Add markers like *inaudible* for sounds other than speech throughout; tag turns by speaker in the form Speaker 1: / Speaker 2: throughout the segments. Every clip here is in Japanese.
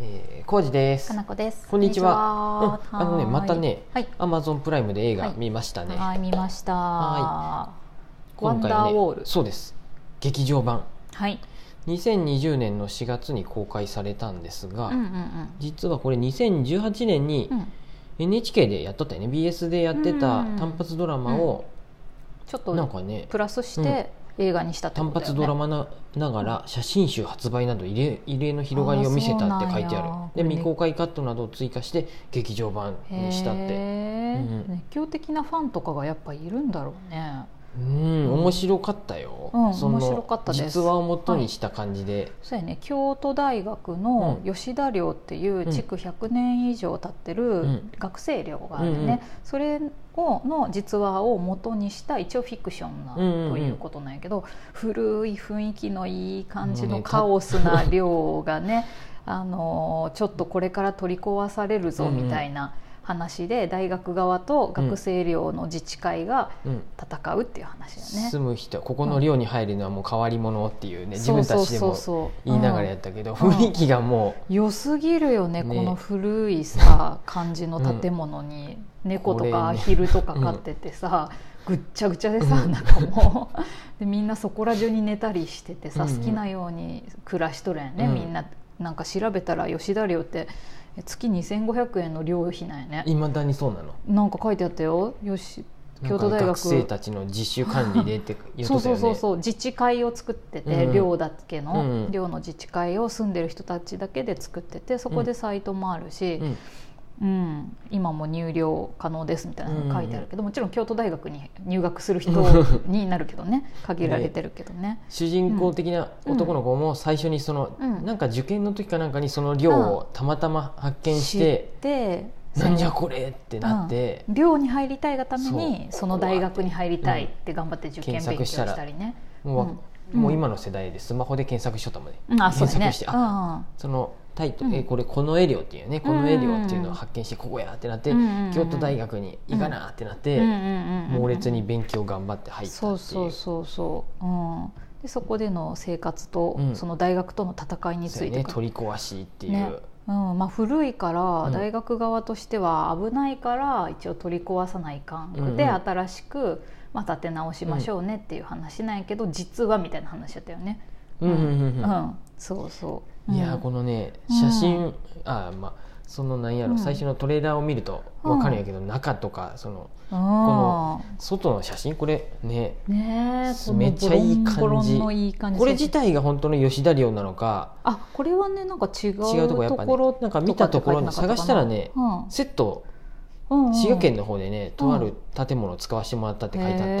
Speaker 1: えー、コウジです
Speaker 2: か。なこです。
Speaker 1: こんにちは。う
Speaker 2: こ
Speaker 1: んん、あのね、
Speaker 2: にちは
Speaker 1: またね、
Speaker 2: はい。
Speaker 1: アマゾンプライムで映画
Speaker 2: はい
Speaker 1: 見ましたね。
Speaker 2: はい、見ました。
Speaker 1: は
Speaker 2: ワンダーウォール。
Speaker 1: そうです。劇場版。
Speaker 2: はい。
Speaker 1: 2020年の4月に公開されたんですが、
Speaker 2: うんうんうん。
Speaker 1: 実はこれ2018年に
Speaker 2: うん
Speaker 1: NHK でやっとったよね。BS でやってた
Speaker 2: うん
Speaker 1: 単発ドラマを、
Speaker 2: ちょっ
Speaker 1: なん
Speaker 2: と
Speaker 1: かね、
Speaker 2: プラスして映画にしたってこ
Speaker 1: 単
Speaker 2: とだよ
Speaker 1: 発
Speaker 2: ね。
Speaker 1: ドラマなながら写真集発売など異例異例の広がりを見せたって書いて
Speaker 2: あ
Speaker 1: あ
Speaker 2: ーそうなんや
Speaker 1: るで
Speaker 2: これね
Speaker 1: 未公開カットなどを追加して劇場版にしたって
Speaker 2: へー
Speaker 1: うんうん
Speaker 2: 熱狂的なファンとかがやっぱいるんだろうね。
Speaker 1: うん面白かったよ、
Speaker 2: うん
Speaker 1: その
Speaker 2: 面白かったです
Speaker 1: 実話を元にした感じで、
Speaker 2: そうやね、京都大学の吉田寮っていう
Speaker 1: うん
Speaker 2: 築100年以上経ってる
Speaker 1: ん
Speaker 2: 学生寮があるね、
Speaker 1: うんうん
Speaker 2: それをの実話を元にした一応フィクションな
Speaker 1: うんうんうん
Speaker 2: ということなんやけど、古い雰囲気のいい感じ
Speaker 1: もう
Speaker 2: の
Speaker 1: ねた
Speaker 2: カオスな寮がねあのーちょっとこれから取り壊されるぞみたいな話で、大学側と学生寮の自治会が
Speaker 1: うん
Speaker 2: 戦うっていう話だよね。
Speaker 1: 住む人ここの寮に入るのはもう変わり者っていうね、自
Speaker 2: そう
Speaker 1: 分
Speaker 2: そ
Speaker 1: た
Speaker 2: う
Speaker 1: ちで
Speaker 2: そう
Speaker 1: も
Speaker 2: そう
Speaker 1: 言いながらやったけど、雰囲気がも
Speaker 2: 良すぎるよね
Speaker 1: ね
Speaker 2: この古
Speaker 1: *laughs*
Speaker 2: いさ感じの建物に、猫と
Speaker 1: これね
Speaker 2: かアヒルとか飼っててさ、ぐっちゃぐちゃでさ、
Speaker 1: うん
Speaker 2: なんかもうでみんなそこら中に寝たりしててさ、
Speaker 1: うんうん
Speaker 2: 好きなように暮らしとるんやね、
Speaker 1: うん
Speaker 2: みんななんか調べたら吉田寮ってえ月2500円の寮費なんや
Speaker 1: うい
Speaker 2: ね
Speaker 1: まだにそうなの
Speaker 2: なんか書いてあったよよし
Speaker 1: なんか
Speaker 2: 京都大学
Speaker 1: 学生たちの自主管理でって言っ
Speaker 2: そ
Speaker 1: と
Speaker 2: う
Speaker 1: った
Speaker 2: そ
Speaker 1: よね
Speaker 2: うそうそう自治会を作ってて、
Speaker 1: うん
Speaker 2: 寮だけの、
Speaker 1: うん
Speaker 2: 寮の自治会を住んでる人たちだけで作っててそこでサイトもあるし、
Speaker 1: うん
Speaker 2: うん、今も入寮可能ですみたいなのが書いてあるけど、もちろん京都大学に入学する人になるけどね限られてるけどね。
Speaker 1: 主人公的な男の子も最初にその、
Speaker 2: うん
Speaker 1: なんか受験の時かなんかにその寮をたまたま発見して、
Speaker 2: 知って
Speaker 1: なんじゃこれってなって、
Speaker 2: 寮に入りたいがために
Speaker 1: そう
Speaker 2: その大学に入りたいって頑張って受験勉強
Speaker 1: 検索したら
Speaker 2: したりね。
Speaker 1: もうわ、
Speaker 2: うん
Speaker 1: もう今の世代でスマホで検索しとったもんね、
Speaker 2: うん、あそう
Speaker 1: 検
Speaker 2: だね
Speaker 1: 索して、
Speaker 2: う
Speaker 1: あ
Speaker 2: んうん
Speaker 1: そのタイトル、
Speaker 2: うん
Speaker 1: えこれこのエリオっていうねこのエリオっていうの
Speaker 2: うんうんう
Speaker 1: を
Speaker 2: ん
Speaker 1: 発見してここやってなって、
Speaker 2: うんうんうん
Speaker 1: 京都大学に行かなってなって、
Speaker 2: うんうんうんうん
Speaker 1: 猛烈に勉強頑張って入ったってい
Speaker 2: そううそうそうそう、うん、でそこでの生活と、
Speaker 1: うん
Speaker 2: その大学との戦いに
Speaker 1: そ
Speaker 2: つ
Speaker 1: う
Speaker 2: い
Speaker 1: や
Speaker 2: て
Speaker 1: ね
Speaker 2: か
Speaker 1: 取り壊しっていう、
Speaker 2: ねうんまあ、古いか
Speaker 1: う
Speaker 2: ら
Speaker 1: ん
Speaker 2: 大学側としては危ないから一応取り壊さないかんくて、
Speaker 1: うんうん
Speaker 2: 新しく、まあ、建て直しましょうねっていう話なんやけど、実はみたいな話だったよね。
Speaker 1: うんうんうん
Speaker 2: う
Speaker 1: うん
Speaker 2: んそうそう、うん
Speaker 1: いやーこのね
Speaker 2: うん
Speaker 1: 写真、あーまあそのなんやろ、
Speaker 2: うん
Speaker 1: 最初のトレーラーを見ると分かるんやけど、中とかその
Speaker 2: の
Speaker 1: 外の写真これね
Speaker 2: ねえこの
Speaker 1: めっちゃいい感じ
Speaker 2: ボロンボロンのいい感じ
Speaker 1: これ自体が本当の吉田寮なのか
Speaker 2: あこれはねなんか違うとこ
Speaker 1: 違
Speaker 2: ろ
Speaker 1: うとこやっぱね
Speaker 2: と
Speaker 1: なんか
Speaker 2: か
Speaker 1: 見たところに
Speaker 2: って書いてなか
Speaker 1: 探
Speaker 2: っ
Speaker 1: した
Speaker 2: かな
Speaker 1: らね
Speaker 2: うん
Speaker 1: セット
Speaker 2: うんうん
Speaker 1: 滋賀県の方でね、
Speaker 2: うん
Speaker 1: とある建物を使わせてもらったって書いてあったけど、
Speaker 2: へ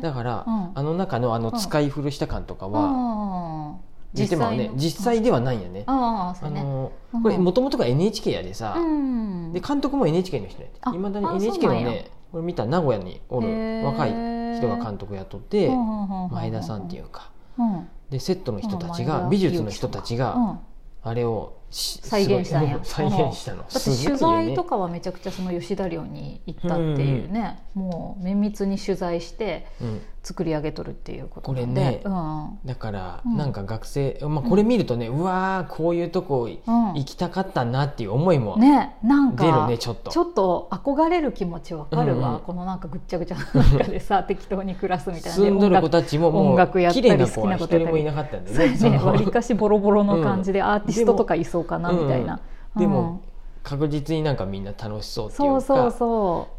Speaker 1: でだから、
Speaker 2: うん
Speaker 1: あの中のあの使い古した感とかは、
Speaker 2: ああ
Speaker 1: 見てもね
Speaker 2: の
Speaker 1: 実際ではないんやね。
Speaker 2: ああそ
Speaker 1: あ
Speaker 2: うね
Speaker 1: の
Speaker 2: うん
Speaker 1: これもともとが NHK やでさ、
Speaker 2: うん
Speaker 1: で監督も NHK の人や
Speaker 2: あ
Speaker 1: でいまだに
Speaker 2: あ
Speaker 1: NHK の
Speaker 2: そうなんや
Speaker 1: ねこれ見たら名古屋にお
Speaker 2: へ
Speaker 1: る
Speaker 2: ー
Speaker 1: 若い人が監督やっとって
Speaker 2: うんうんうんうん
Speaker 1: 前田さんっていうか
Speaker 2: うん
Speaker 1: でセットの人たち
Speaker 2: う
Speaker 1: が
Speaker 2: ん
Speaker 1: 美術の人たち
Speaker 2: う
Speaker 1: が
Speaker 2: ん
Speaker 1: あれをし
Speaker 2: 再現したんや
Speaker 1: すごい *laughs* 再現したの
Speaker 2: だって取材とかはめちゃくちゃその吉田寮に行ったっていうね、もう綿密に取材して
Speaker 1: うん
Speaker 2: 作り上げとるっていうことなんで
Speaker 1: これね
Speaker 2: うんうん
Speaker 1: だから
Speaker 2: うん
Speaker 1: なんか学生まあこれ見るとねうわーこういうとこ行きたかったなっていう思いも
Speaker 2: ねなんか
Speaker 1: 出るねちょっと
Speaker 2: ちょっと憧れる気持ちわかるわ、
Speaker 1: うんうん
Speaker 2: このなんかぐっちゃぐちゃの中
Speaker 1: *laughs*
Speaker 2: でさ適当に暮らすみたいなね
Speaker 1: 住んどる子たちもも
Speaker 2: 音
Speaker 1: う
Speaker 2: 楽やった
Speaker 1: 綺麗
Speaker 2: り
Speaker 1: な子
Speaker 2: 好き
Speaker 1: は
Speaker 2: な
Speaker 1: 一
Speaker 2: ことやったり
Speaker 1: 人もいなかったんで
Speaker 2: そうや
Speaker 1: ねそ
Speaker 2: ね
Speaker 1: の
Speaker 2: わりかしボロボロの感じで、アーティストとかいそうかなみたいな、
Speaker 1: *laughs*
Speaker 2: うん
Speaker 1: でも確実になんかみんな楽しそうってい
Speaker 2: そううそう
Speaker 1: か
Speaker 2: そ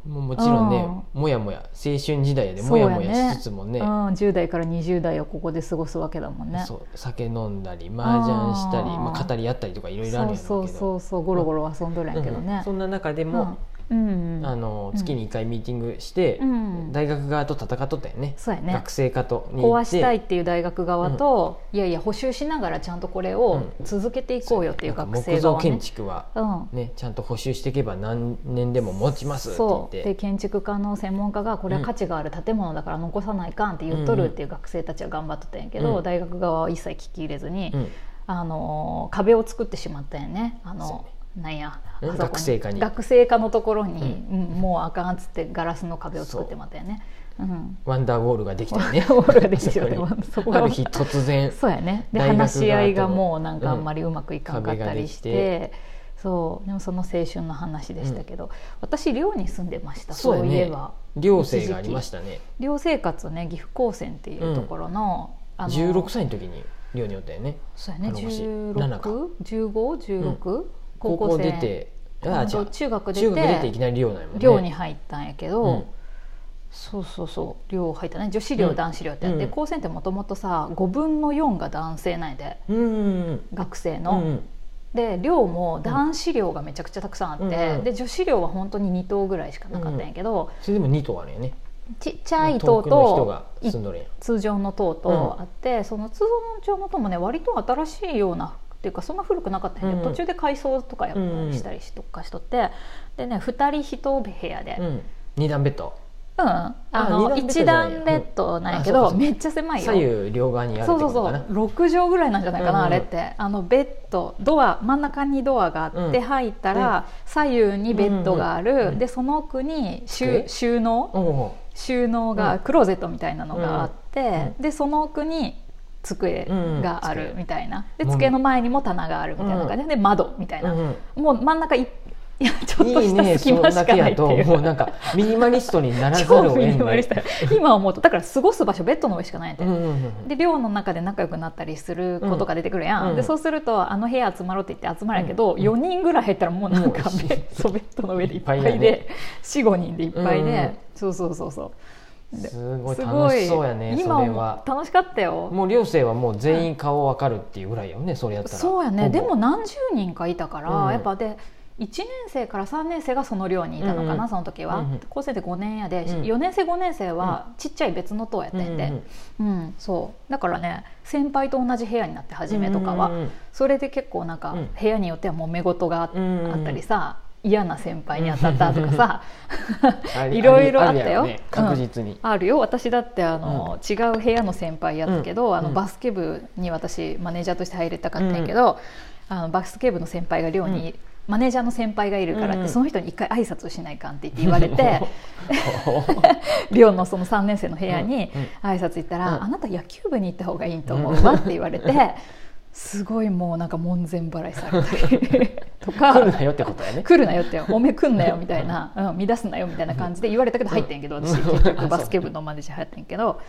Speaker 1: もうもちろんね、もやもや青春時代やで
Speaker 2: そ
Speaker 1: も
Speaker 2: うや
Speaker 1: や
Speaker 2: ね
Speaker 1: もやしつつも
Speaker 2: う、
Speaker 1: ね
Speaker 2: うん、10代から20代をここで過ごすわけだもんね
Speaker 1: そう酒飲んだり麻雀したり
Speaker 2: あー
Speaker 1: まあ、語り合ったりとかいろいろあるん
Speaker 2: そ
Speaker 1: やろ
Speaker 2: うそうう
Speaker 1: けど
Speaker 2: そうそうゴロゴロ遊んどるんやけど
Speaker 1: う
Speaker 2: ね
Speaker 1: ん、そんな中でも、
Speaker 2: うんうん
Speaker 1: あの月に1回ミーティングして、
Speaker 2: うん
Speaker 1: 大学側と戦っとったよね
Speaker 2: そうやね
Speaker 1: 学生課とに行
Speaker 2: 壊
Speaker 1: っ
Speaker 2: してたいっていう大学側と、いやいや補修しながらちゃんとこれを続けていこうよっていう
Speaker 1: なん
Speaker 2: 学
Speaker 1: か
Speaker 2: 生
Speaker 1: 木
Speaker 2: 側
Speaker 1: 造
Speaker 2: ね
Speaker 1: 建築は、ね、ちゃんと補修していけば何年でも持ちますって言っ
Speaker 2: そうで
Speaker 1: て
Speaker 2: 建築家の専門家がこれは価値がある建物だから残さないかんって言っとるっていう学生たちは頑張っとったんやけど、
Speaker 1: うん
Speaker 2: 大学側は一切聞き入れずに、
Speaker 1: うん
Speaker 2: あのー壁を作ってしまったんやねあ
Speaker 1: そう
Speaker 2: の
Speaker 1: ね
Speaker 2: なんや
Speaker 1: ん
Speaker 2: あそこ
Speaker 1: 学生課に
Speaker 2: 学生課のところに、うんもうあかんっつってガラスの壁を作ってまったよねうん
Speaker 1: ワンダーウォールができたよ
Speaker 2: *laughs*
Speaker 1: ね
Speaker 2: ウォールができたよね
Speaker 1: そこに
Speaker 2: そこ
Speaker 1: あ
Speaker 2: が
Speaker 1: る日突然
Speaker 2: そうやねで
Speaker 1: 大学側
Speaker 2: 話し合いが
Speaker 1: との
Speaker 2: もうなんかあんまりうまくいかんかったりして,、
Speaker 1: うん壁
Speaker 2: そうでもその青春の話でしたけど、私寮に住んでました
Speaker 1: そ
Speaker 2: そうう,、
Speaker 1: やね
Speaker 2: いえば
Speaker 1: 寮生がありましたね
Speaker 2: 寮生活をね岐阜高専っていうところの,、あの
Speaker 1: 16歳の時に寮におったよね
Speaker 2: そうやね
Speaker 1: あの星7か
Speaker 2: 161516、
Speaker 1: 高
Speaker 2: 高
Speaker 1: 校
Speaker 2: 校
Speaker 1: 出
Speaker 2: 生
Speaker 1: て
Speaker 2: あ
Speaker 1: あじゃあ
Speaker 2: 中学出て
Speaker 1: 中学出ていきなり寮なんやもんね
Speaker 2: 寮に入ったんやけど、
Speaker 1: うん
Speaker 2: そうそうそう寮入ったね女子寮、
Speaker 1: うん
Speaker 2: 男子寮ってやって、
Speaker 1: うん
Speaker 2: 高専ってもともとさ5分の4が男性なんやで
Speaker 1: うん
Speaker 2: 学生
Speaker 1: う
Speaker 2: の、
Speaker 1: ん
Speaker 2: で寮も男子寮がめちゃくちゃたくさんあって、
Speaker 1: うんうん
Speaker 2: で女子寮は本当に2棟ぐらいしかなかったんやけど、
Speaker 1: それでも2棟あるよね
Speaker 2: ちっちゃい
Speaker 1: 遠
Speaker 2: 棟
Speaker 1: くの人が
Speaker 2: と
Speaker 1: 住んどるんや
Speaker 2: 通常の塔とあって、その通常の塔もね割と新しいようなっていうかそんな古くなかったんやけど、
Speaker 1: うんうん
Speaker 2: 途中で改装とかやっ
Speaker 1: うんうん
Speaker 2: したりとかしとって、でね2人1部屋で、うん
Speaker 1: うん2段ベッド
Speaker 2: あの
Speaker 1: 二段ベッドじ
Speaker 2: 1
Speaker 1: ゃない
Speaker 2: 段ベッドなんやけ
Speaker 1: うんあ
Speaker 2: ど、
Speaker 1: そうかそうか
Speaker 2: めっちゃ狭いよ
Speaker 1: 左右両側にある
Speaker 2: そ
Speaker 1: っ
Speaker 2: う
Speaker 1: て
Speaker 2: そ
Speaker 1: ことか
Speaker 2: うそ
Speaker 1: な
Speaker 2: う6畳ぐらいなんじゃないかな、
Speaker 1: うんうん
Speaker 2: あれってあのベッドドア真ん中にドアがあって
Speaker 1: うん
Speaker 2: 入ったら、左右にベッドがある、
Speaker 1: うん
Speaker 2: でその奥に収
Speaker 1: 机
Speaker 2: 収納、
Speaker 1: おうおう
Speaker 2: 収納
Speaker 1: う
Speaker 2: が
Speaker 1: ん
Speaker 2: クローゼットみたいなのがあって、
Speaker 1: う
Speaker 2: でその奥に机があ
Speaker 1: うん
Speaker 2: る
Speaker 1: 机
Speaker 2: みたいな、で
Speaker 1: もう
Speaker 2: 机の前にも棚があるみたいな感じで,、窓みたいな、
Speaker 1: うん
Speaker 2: もう真ん中い *laughs* いやちょっと
Speaker 1: いい
Speaker 2: した
Speaker 1: ね
Speaker 2: 隙
Speaker 1: そん
Speaker 2: 間しか
Speaker 1: だけ
Speaker 2: ない
Speaker 1: や
Speaker 2: って
Speaker 1: と
Speaker 2: いう
Speaker 1: もうなんかミニマリストにならざる
Speaker 2: 超
Speaker 1: を得
Speaker 2: ミ
Speaker 1: ない
Speaker 2: ニマリストや *laughs* 今思うとだから過ごす場所ベッドの上しかないんだ
Speaker 1: う
Speaker 2: よ
Speaker 1: んうんうん
Speaker 2: で寮の中で仲良くなったりすることが出てくるやん、
Speaker 1: うん
Speaker 2: でそうするとあの部屋集まろうって言って集まるんやけど、
Speaker 1: うん
Speaker 2: 4人ぐらい入ったらもうなんか
Speaker 1: うん
Speaker 2: ベッドベッドの上でいっぱい
Speaker 1: いっぱいだね
Speaker 2: で45人でいっぱいで、
Speaker 1: うん
Speaker 2: そうそうそうそうです
Speaker 1: ごい楽しそうやね
Speaker 2: す
Speaker 1: そ
Speaker 2: ご
Speaker 1: れは
Speaker 2: い今も楽しかったよ
Speaker 1: もう寮生はもう全員顔わかるっていうぐらいやもんねそれやったら
Speaker 2: そうやね
Speaker 1: ほぼ
Speaker 2: でも何十人かいたから、
Speaker 1: うん
Speaker 2: やっぱで1年生から3年生がその寮にいたのかな、
Speaker 1: うん
Speaker 2: その時は、
Speaker 1: うんうん
Speaker 2: 高生で5年やで、
Speaker 1: うん
Speaker 2: 4年生5年生はちっちゃい別の棟やったんやて、うんそうだからね先輩と同じ部屋になって初めとかは、
Speaker 1: うんうんうん
Speaker 2: それで結構なんか
Speaker 1: うん
Speaker 2: 部屋によっては揉め事があ
Speaker 1: うんうんうん
Speaker 2: あったりさ、嫌な先輩に当たったとかさ、
Speaker 1: あり
Speaker 2: いろいろあった
Speaker 1: るや
Speaker 2: よ
Speaker 1: ろね確実に
Speaker 2: あるよ私だってあの、違う部屋の先輩やったけど、
Speaker 1: うん
Speaker 2: あの
Speaker 1: うん
Speaker 2: バスケ部に私マネージャーとして入れたかったんやけど、あのバスケ部の先輩が寮に、
Speaker 1: う
Speaker 2: マネージャーの先輩がいるからって、
Speaker 1: うんうん
Speaker 2: その人に一回挨拶しないかんって言って言われて *laughs* 寮のその3年生の部屋に
Speaker 1: うんうん
Speaker 2: 挨拶行ったら
Speaker 1: う
Speaker 2: 「
Speaker 1: ん
Speaker 2: あなた野球部に行った方がいいと思
Speaker 1: う
Speaker 2: うわ」って言われてすごいもうなんか門前払いされたりとか
Speaker 1: *laughs* *laughs* 来るなよってことやね
Speaker 2: 来るなよっておめえ来んなよみたいな、うん、乱すなよみたいな感じで言われたけど入ってんけど
Speaker 1: うん
Speaker 2: 私結局バスケ部のマネージャー入ってんけど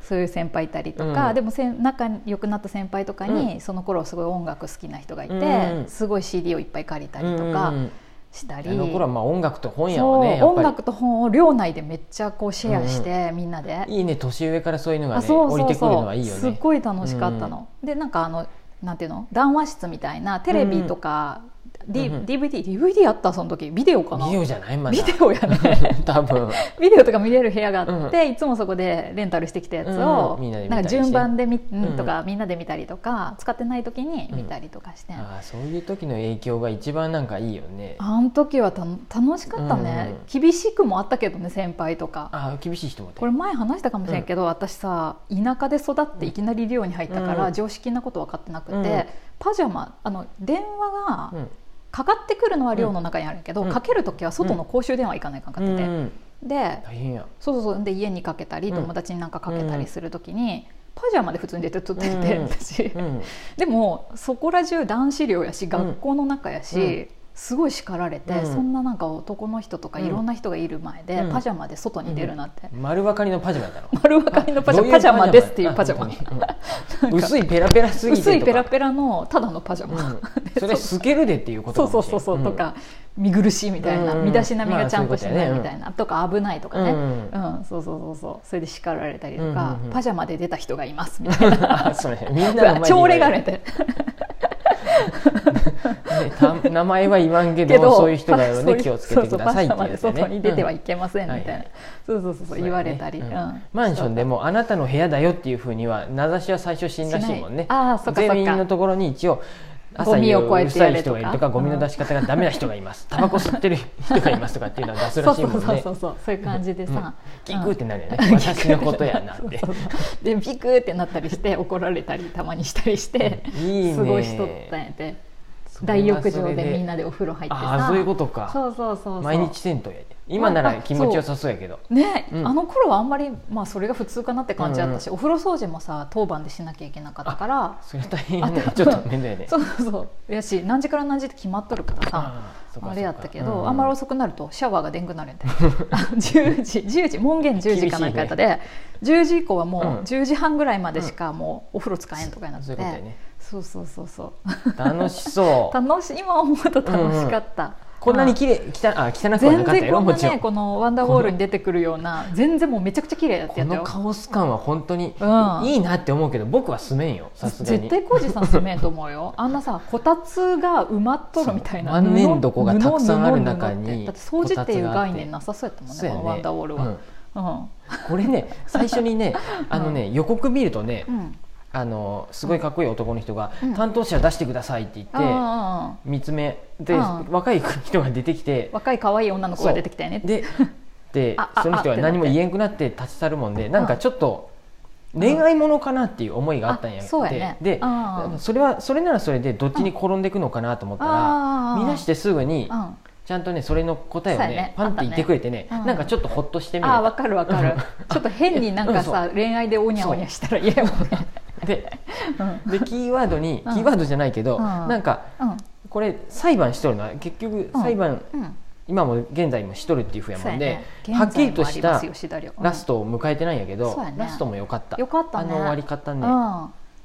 Speaker 2: そういう先輩いたりとか、
Speaker 1: うん
Speaker 2: でもせん仲良くなった先輩とかに、
Speaker 1: う
Speaker 2: その頃すごい音楽好きな人がいて、
Speaker 1: うん
Speaker 2: すごい CD をいっぱい借りたりと
Speaker 1: うん
Speaker 2: か
Speaker 1: うん
Speaker 2: した
Speaker 1: あ
Speaker 2: り。
Speaker 1: の頃はまあ音楽と本屋
Speaker 2: そ
Speaker 1: は
Speaker 2: う
Speaker 1: ねやっ
Speaker 2: 音
Speaker 1: ぱ
Speaker 2: 楽と本を寮内でめっちゃこうシェアして、みんなで
Speaker 1: りいいね年上からそういうのが
Speaker 2: あ
Speaker 1: ね
Speaker 2: そう
Speaker 1: 降り
Speaker 2: そう
Speaker 1: てくるの
Speaker 2: そ
Speaker 1: は
Speaker 2: う
Speaker 1: いいよ
Speaker 2: すっ
Speaker 1: ね
Speaker 2: ごい楽しかったの、でなんかあのなんていうの談話室みたいなテレビとか、D
Speaker 1: うんうん
Speaker 2: DVD DVD あったその時ビデオかな
Speaker 1: ビデオじゃないまだ
Speaker 2: ビデオやね
Speaker 1: *laughs* 多分
Speaker 2: ビデオとか見れる部屋があって、いつもそこでレンタルしてきたやつを、
Speaker 1: うんみんなで見たりして
Speaker 2: なんか順番でみ、うん
Speaker 1: うん
Speaker 2: とかみんなで見たりとか使ってない時に見たりとかして、
Speaker 1: ああそういう時の影響が一番なんかいいよね
Speaker 2: あの時はたの楽しかったね、厳しくもあったけどね先輩とか
Speaker 1: ああ厳しい人もいた
Speaker 2: これ前話したかもしれんけど、私さ田舎で育っていきなり寮に入ったから、
Speaker 1: うん
Speaker 2: 常識なこと分かってなくて、
Speaker 1: うん
Speaker 2: パジャマあの電話
Speaker 1: う
Speaker 2: が
Speaker 1: ん
Speaker 2: かかってくるのは寮の中にあるんやけど、
Speaker 1: うん
Speaker 2: かける時は外の公衆電話行かないかんか
Speaker 1: う
Speaker 2: って
Speaker 1: ん
Speaker 2: て、
Speaker 1: うん
Speaker 2: で
Speaker 1: 大変や
Speaker 2: そうそうそうで家にかけたり
Speaker 1: うん
Speaker 2: 友達になんかかけたりする時に、パジャマで普通に出て撮ってて、
Speaker 1: うん
Speaker 2: 私
Speaker 1: うん
Speaker 2: でもそこら中男子寮やし学校の中やし、
Speaker 1: うん
Speaker 2: すごい叱られて、
Speaker 1: うん
Speaker 2: そんななんか男の人とかいろんな人がいる前で、
Speaker 1: うん
Speaker 2: パジャマで外に出るなんて、
Speaker 1: 丸分かりのパジャマや
Speaker 2: *laughs*
Speaker 1: ったの
Speaker 2: 丸分かりのパジ
Speaker 1: ど
Speaker 2: ャ
Speaker 1: うい
Speaker 2: マ
Speaker 1: う
Speaker 2: パジャマですっていうパジャマ
Speaker 1: あ本
Speaker 2: な
Speaker 1: 当
Speaker 2: ん
Speaker 1: にうん
Speaker 2: か
Speaker 1: 薄いペラペラすぎてとか
Speaker 2: 薄いペラペラのただのパジャマ、
Speaker 1: うんそれ透けるでっていうこと
Speaker 2: そ
Speaker 1: か
Speaker 2: うそ
Speaker 1: も
Speaker 2: う
Speaker 1: し
Speaker 2: そ
Speaker 1: れ
Speaker 2: う
Speaker 1: ない
Speaker 2: そう、とか見苦しいみたいな、
Speaker 1: うん
Speaker 2: 身だしなみがちゃんとしてな
Speaker 1: まあそういうことや
Speaker 2: い
Speaker 1: ね
Speaker 2: みたいな、とか危ないとかね、
Speaker 1: う
Speaker 2: うんんそうそうそうそうそれで叱られたりとか、
Speaker 1: うんうんうん
Speaker 2: パジャマで出た人がいますみ
Speaker 1: う
Speaker 2: たい
Speaker 1: んあ
Speaker 2: な
Speaker 1: それ *laughs* みんなの前で
Speaker 2: *laughs* 朝礼がれて
Speaker 1: ねた名前は言わんけど
Speaker 2: けど
Speaker 1: そういう人だよ
Speaker 2: そうい
Speaker 1: ね
Speaker 2: う
Speaker 1: 気をつけてくださいって
Speaker 2: そうそうパジャマで
Speaker 1: やつね
Speaker 2: 外に出てはいけません
Speaker 1: うん
Speaker 2: みたいな、そうそうそうそう言われたり、
Speaker 1: そう
Speaker 2: う
Speaker 1: やね
Speaker 2: ん
Speaker 1: マンションでもあなたの部屋だよっていうふうには名指しは最初しんらしいもんね
Speaker 2: しないあーそっかそっか
Speaker 1: 全員のところに一応朝
Speaker 2: ゴミをこうやってや
Speaker 1: うるさ
Speaker 2: れ
Speaker 1: い人が
Speaker 2: とか
Speaker 1: いるとかゴミの出し方がダメな人がいますタバコ吸ってる人がいますとかっていうのは出すらしいもんね
Speaker 2: そうそうそうそうそういう感じで
Speaker 1: うん
Speaker 2: さ、
Speaker 1: ギクってなるよね
Speaker 2: うん
Speaker 1: 私のことやなって
Speaker 2: *laughs* そうそうそうでビクってなったりして怒られたりたまにしたりして、
Speaker 1: うんいいね
Speaker 2: 過ごしとったんやて
Speaker 1: それは
Speaker 2: 大浴場
Speaker 1: それ
Speaker 2: でみんなでお風呂入ってさ
Speaker 1: ああそういうことか
Speaker 2: そうそうそうそう
Speaker 1: 毎日銭湯やで今なら気持ちよさそうやけど
Speaker 2: ね、
Speaker 1: うん
Speaker 2: あの頃はあんまり、まあ、それが普通かなって感じだったし、お風呂掃除もさ当番でしなきゃいけなかったから
Speaker 1: それは大変やね
Speaker 2: あと
Speaker 1: ちょっと面倒やね
Speaker 2: そうそうやし何時から何時って決まっとるからさ
Speaker 1: あー
Speaker 2: あれやったけ
Speaker 1: そ
Speaker 2: ど、
Speaker 1: うかそうか
Speaker 2: あんまり遅くなるとシャワーがでんぐなるんで
Speaker 1: *laughs*
Speaker 2: 10時10時門限10時かなんかやったで、10時以降はもう
Speaker 1: うん
Speaker 2: 10時半ぐらいまでしかもうお風呂使えんとかになって、
Speaker 1: そういうことやね
Speaker 2: そうそうそうそう
Speaker 1: 楽しそう
Speaker 2: 楽しい今思うと楽しかった、
Speaker 1: こんなに綺麗汚あ汚くはな
Speaker 2: 全
Speaker 1: かった
Speaker 2: 然
Speaker 1: や
Speaker 2: こ
Speaker 1: ろ
Speaker 2: ん
Speaker 1: も
Speaker 2: な
Speaker 1: ちろ
Speaker 2: ね
Speaker 1: ん
Speaker 2: このワンダーウォールに出てくるような全然もうめちゃくちゃ綺麗だって
Speaker 1: こ
Speaker 2: やったよ
Speaker 1: のカオス感は本当に
Speaker 2: うん
Speaker 1: いいなって思うけど僕は住めんよさすがに
Speaker 2: 絶対浩二さん住めんと思うよあんなさこたつが埋まっとるみたいな
Speaker 1: そう万年床がたくさんある中に
Speaker 2: 布布布ってだって掃除ってい
Speaker 1: こ
Speaker 2: う
Speaker 1: たつがあって
Speaker 2: 概念なさそうやったもんね
Speaker 1: そうや
Speaker 2: こ
Speaker 1: ね
Speaker 2: のワンダーウォール
Speaker 1: うん
Speaker 2: は、うん
Speaker 1: これね最初にねあのね予告見るとね
Speaker 2: うん
Speaker 1: あのすごいかっこいい男の人が
Speaker 2: う
Speaker 1: 「
Speaker 2: ん
Speaker 1: 担当者出してください」って言って
Speaker 2: ああ
Speaker 1: 見つめで
Speaker 2: うん
Speaker 1: 若い人が出てきて
Speaker 2: 若い可愛い女の子が出てきたよねって
Speaker 1: でで
Speaker 2: ああ
Speaker 1: その人
Speaker 2: あ
Speaker 1: は
Speaker 2: ってなっ
Speaker 1: 何
Speaker 2: て
Speaker 1: も言えんくなって立ち去るもんでなんかちょっと恋愛ものかなっていう思いがあったんや
Speaker 2: あそうやね
Speaker 1: でで
Speaker 2: うん
Speaker 1: それはそれならそれでどっちに転んでいくのかなと思った
Speaker 2: あ
Speaker 1: ら
Speaker 2: ー
Speaker 1: 見出してすぐに
Speaker 2: うんあ
Speaker 1: ちゃんとねそれの答えを
Speaker 2: そうやね
Speaker 1: ねパンって言ってくれてね
Speaker 2: あったねうん
Speaker 1: なんかちょっとほっとしてみれ
Speaker 2: あ分
Speaker 1: た
Speaker 2: かる分かるちょっと変になんか
Speaker 1: う
Speaker 2: さ恋愛でおにゃおにゃしたら嫌やもんね
Speaker 1: で
Speaker 2: うん
Speaker 1: でキーワードにキ
Speaker 2: うん
Speaker 1: ーワードじゃないけど
Speaker 2: うん
Speaker 1: なんか
Speaker 2: うん
Speaker 1: これ裁判しとるのは結局裁判
Speaker 2: うん
Speaker 1: 今も現在もしとるっていうふうや
Speaker 2: そ
Speaker 1: も
Speaker 2: うや
Speaker 1: んで
Speaker 2: ね
Speaker 1: はっきりとし
Speaker 2: 現在もあ
Speaker 1: た
Speaker 2: りますよだりょうん
Speaker 1: ラストを迎えてないんやけど
Speaker 2: そうやね
Speaker 1: ラストも良かった
Speaker 2: よかったね
Speaker 1: あの終わり方ね
Speaker 2: うん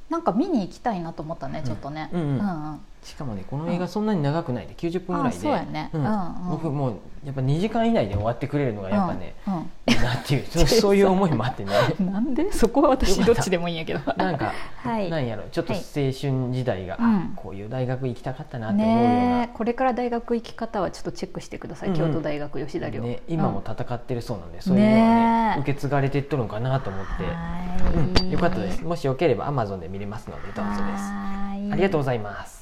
Speaker 2: なんか見に行きたいなと思ったねちょっとね
Speaker 1: うんうんうん
Speaker 2: うん
Speaker 1: しかもねこの映画そんなに長くないで90分ぐらいで
Speaker 2: あそうやね
Speaker 1: うん
Speaker 2: うんうん
Speaker 1: 僕もうやっぱ2時間以内で終わってくれるのがやっぱね、
Speaker 2: うん
Speaker 1: いいなっていう
Speaker 2: *laughs*
Speaker 1: そうそういう思いもあってね
Speaker 2: うんなんでそこは私
Speaker 1: よか
Speaker 2: ど
Speaker 1: った
Speaker 2: っちでもいいんやけど
Speaker 1: *laughs* なんか、
Speaker 2: はい
Speaker 1: なんやろちょっと青
Speaker 2: はい
Speaker 1: 春時代が、
Speaker 2: うん
Speaker 1: こういう大学行きたかったなって思うような、
Speaker 2: ねえこれから大学行き方はちょっとチェックしてください、
Speaker 1: うんうん
Speaker 2: 京都大学吉田寮、
Speaker 1: ね、今も戦ってるそうなんで、そういうのはね
Speaker 2: ね
Speaker 1: 受け継がれていっとるのかなと思って、
Speaker 2: はーい
Speaker 1: うんよかったですもしよければ Amazon で見れますのでどうぞです
Speaker 2: はーい
Speaker 1: ありがとうございます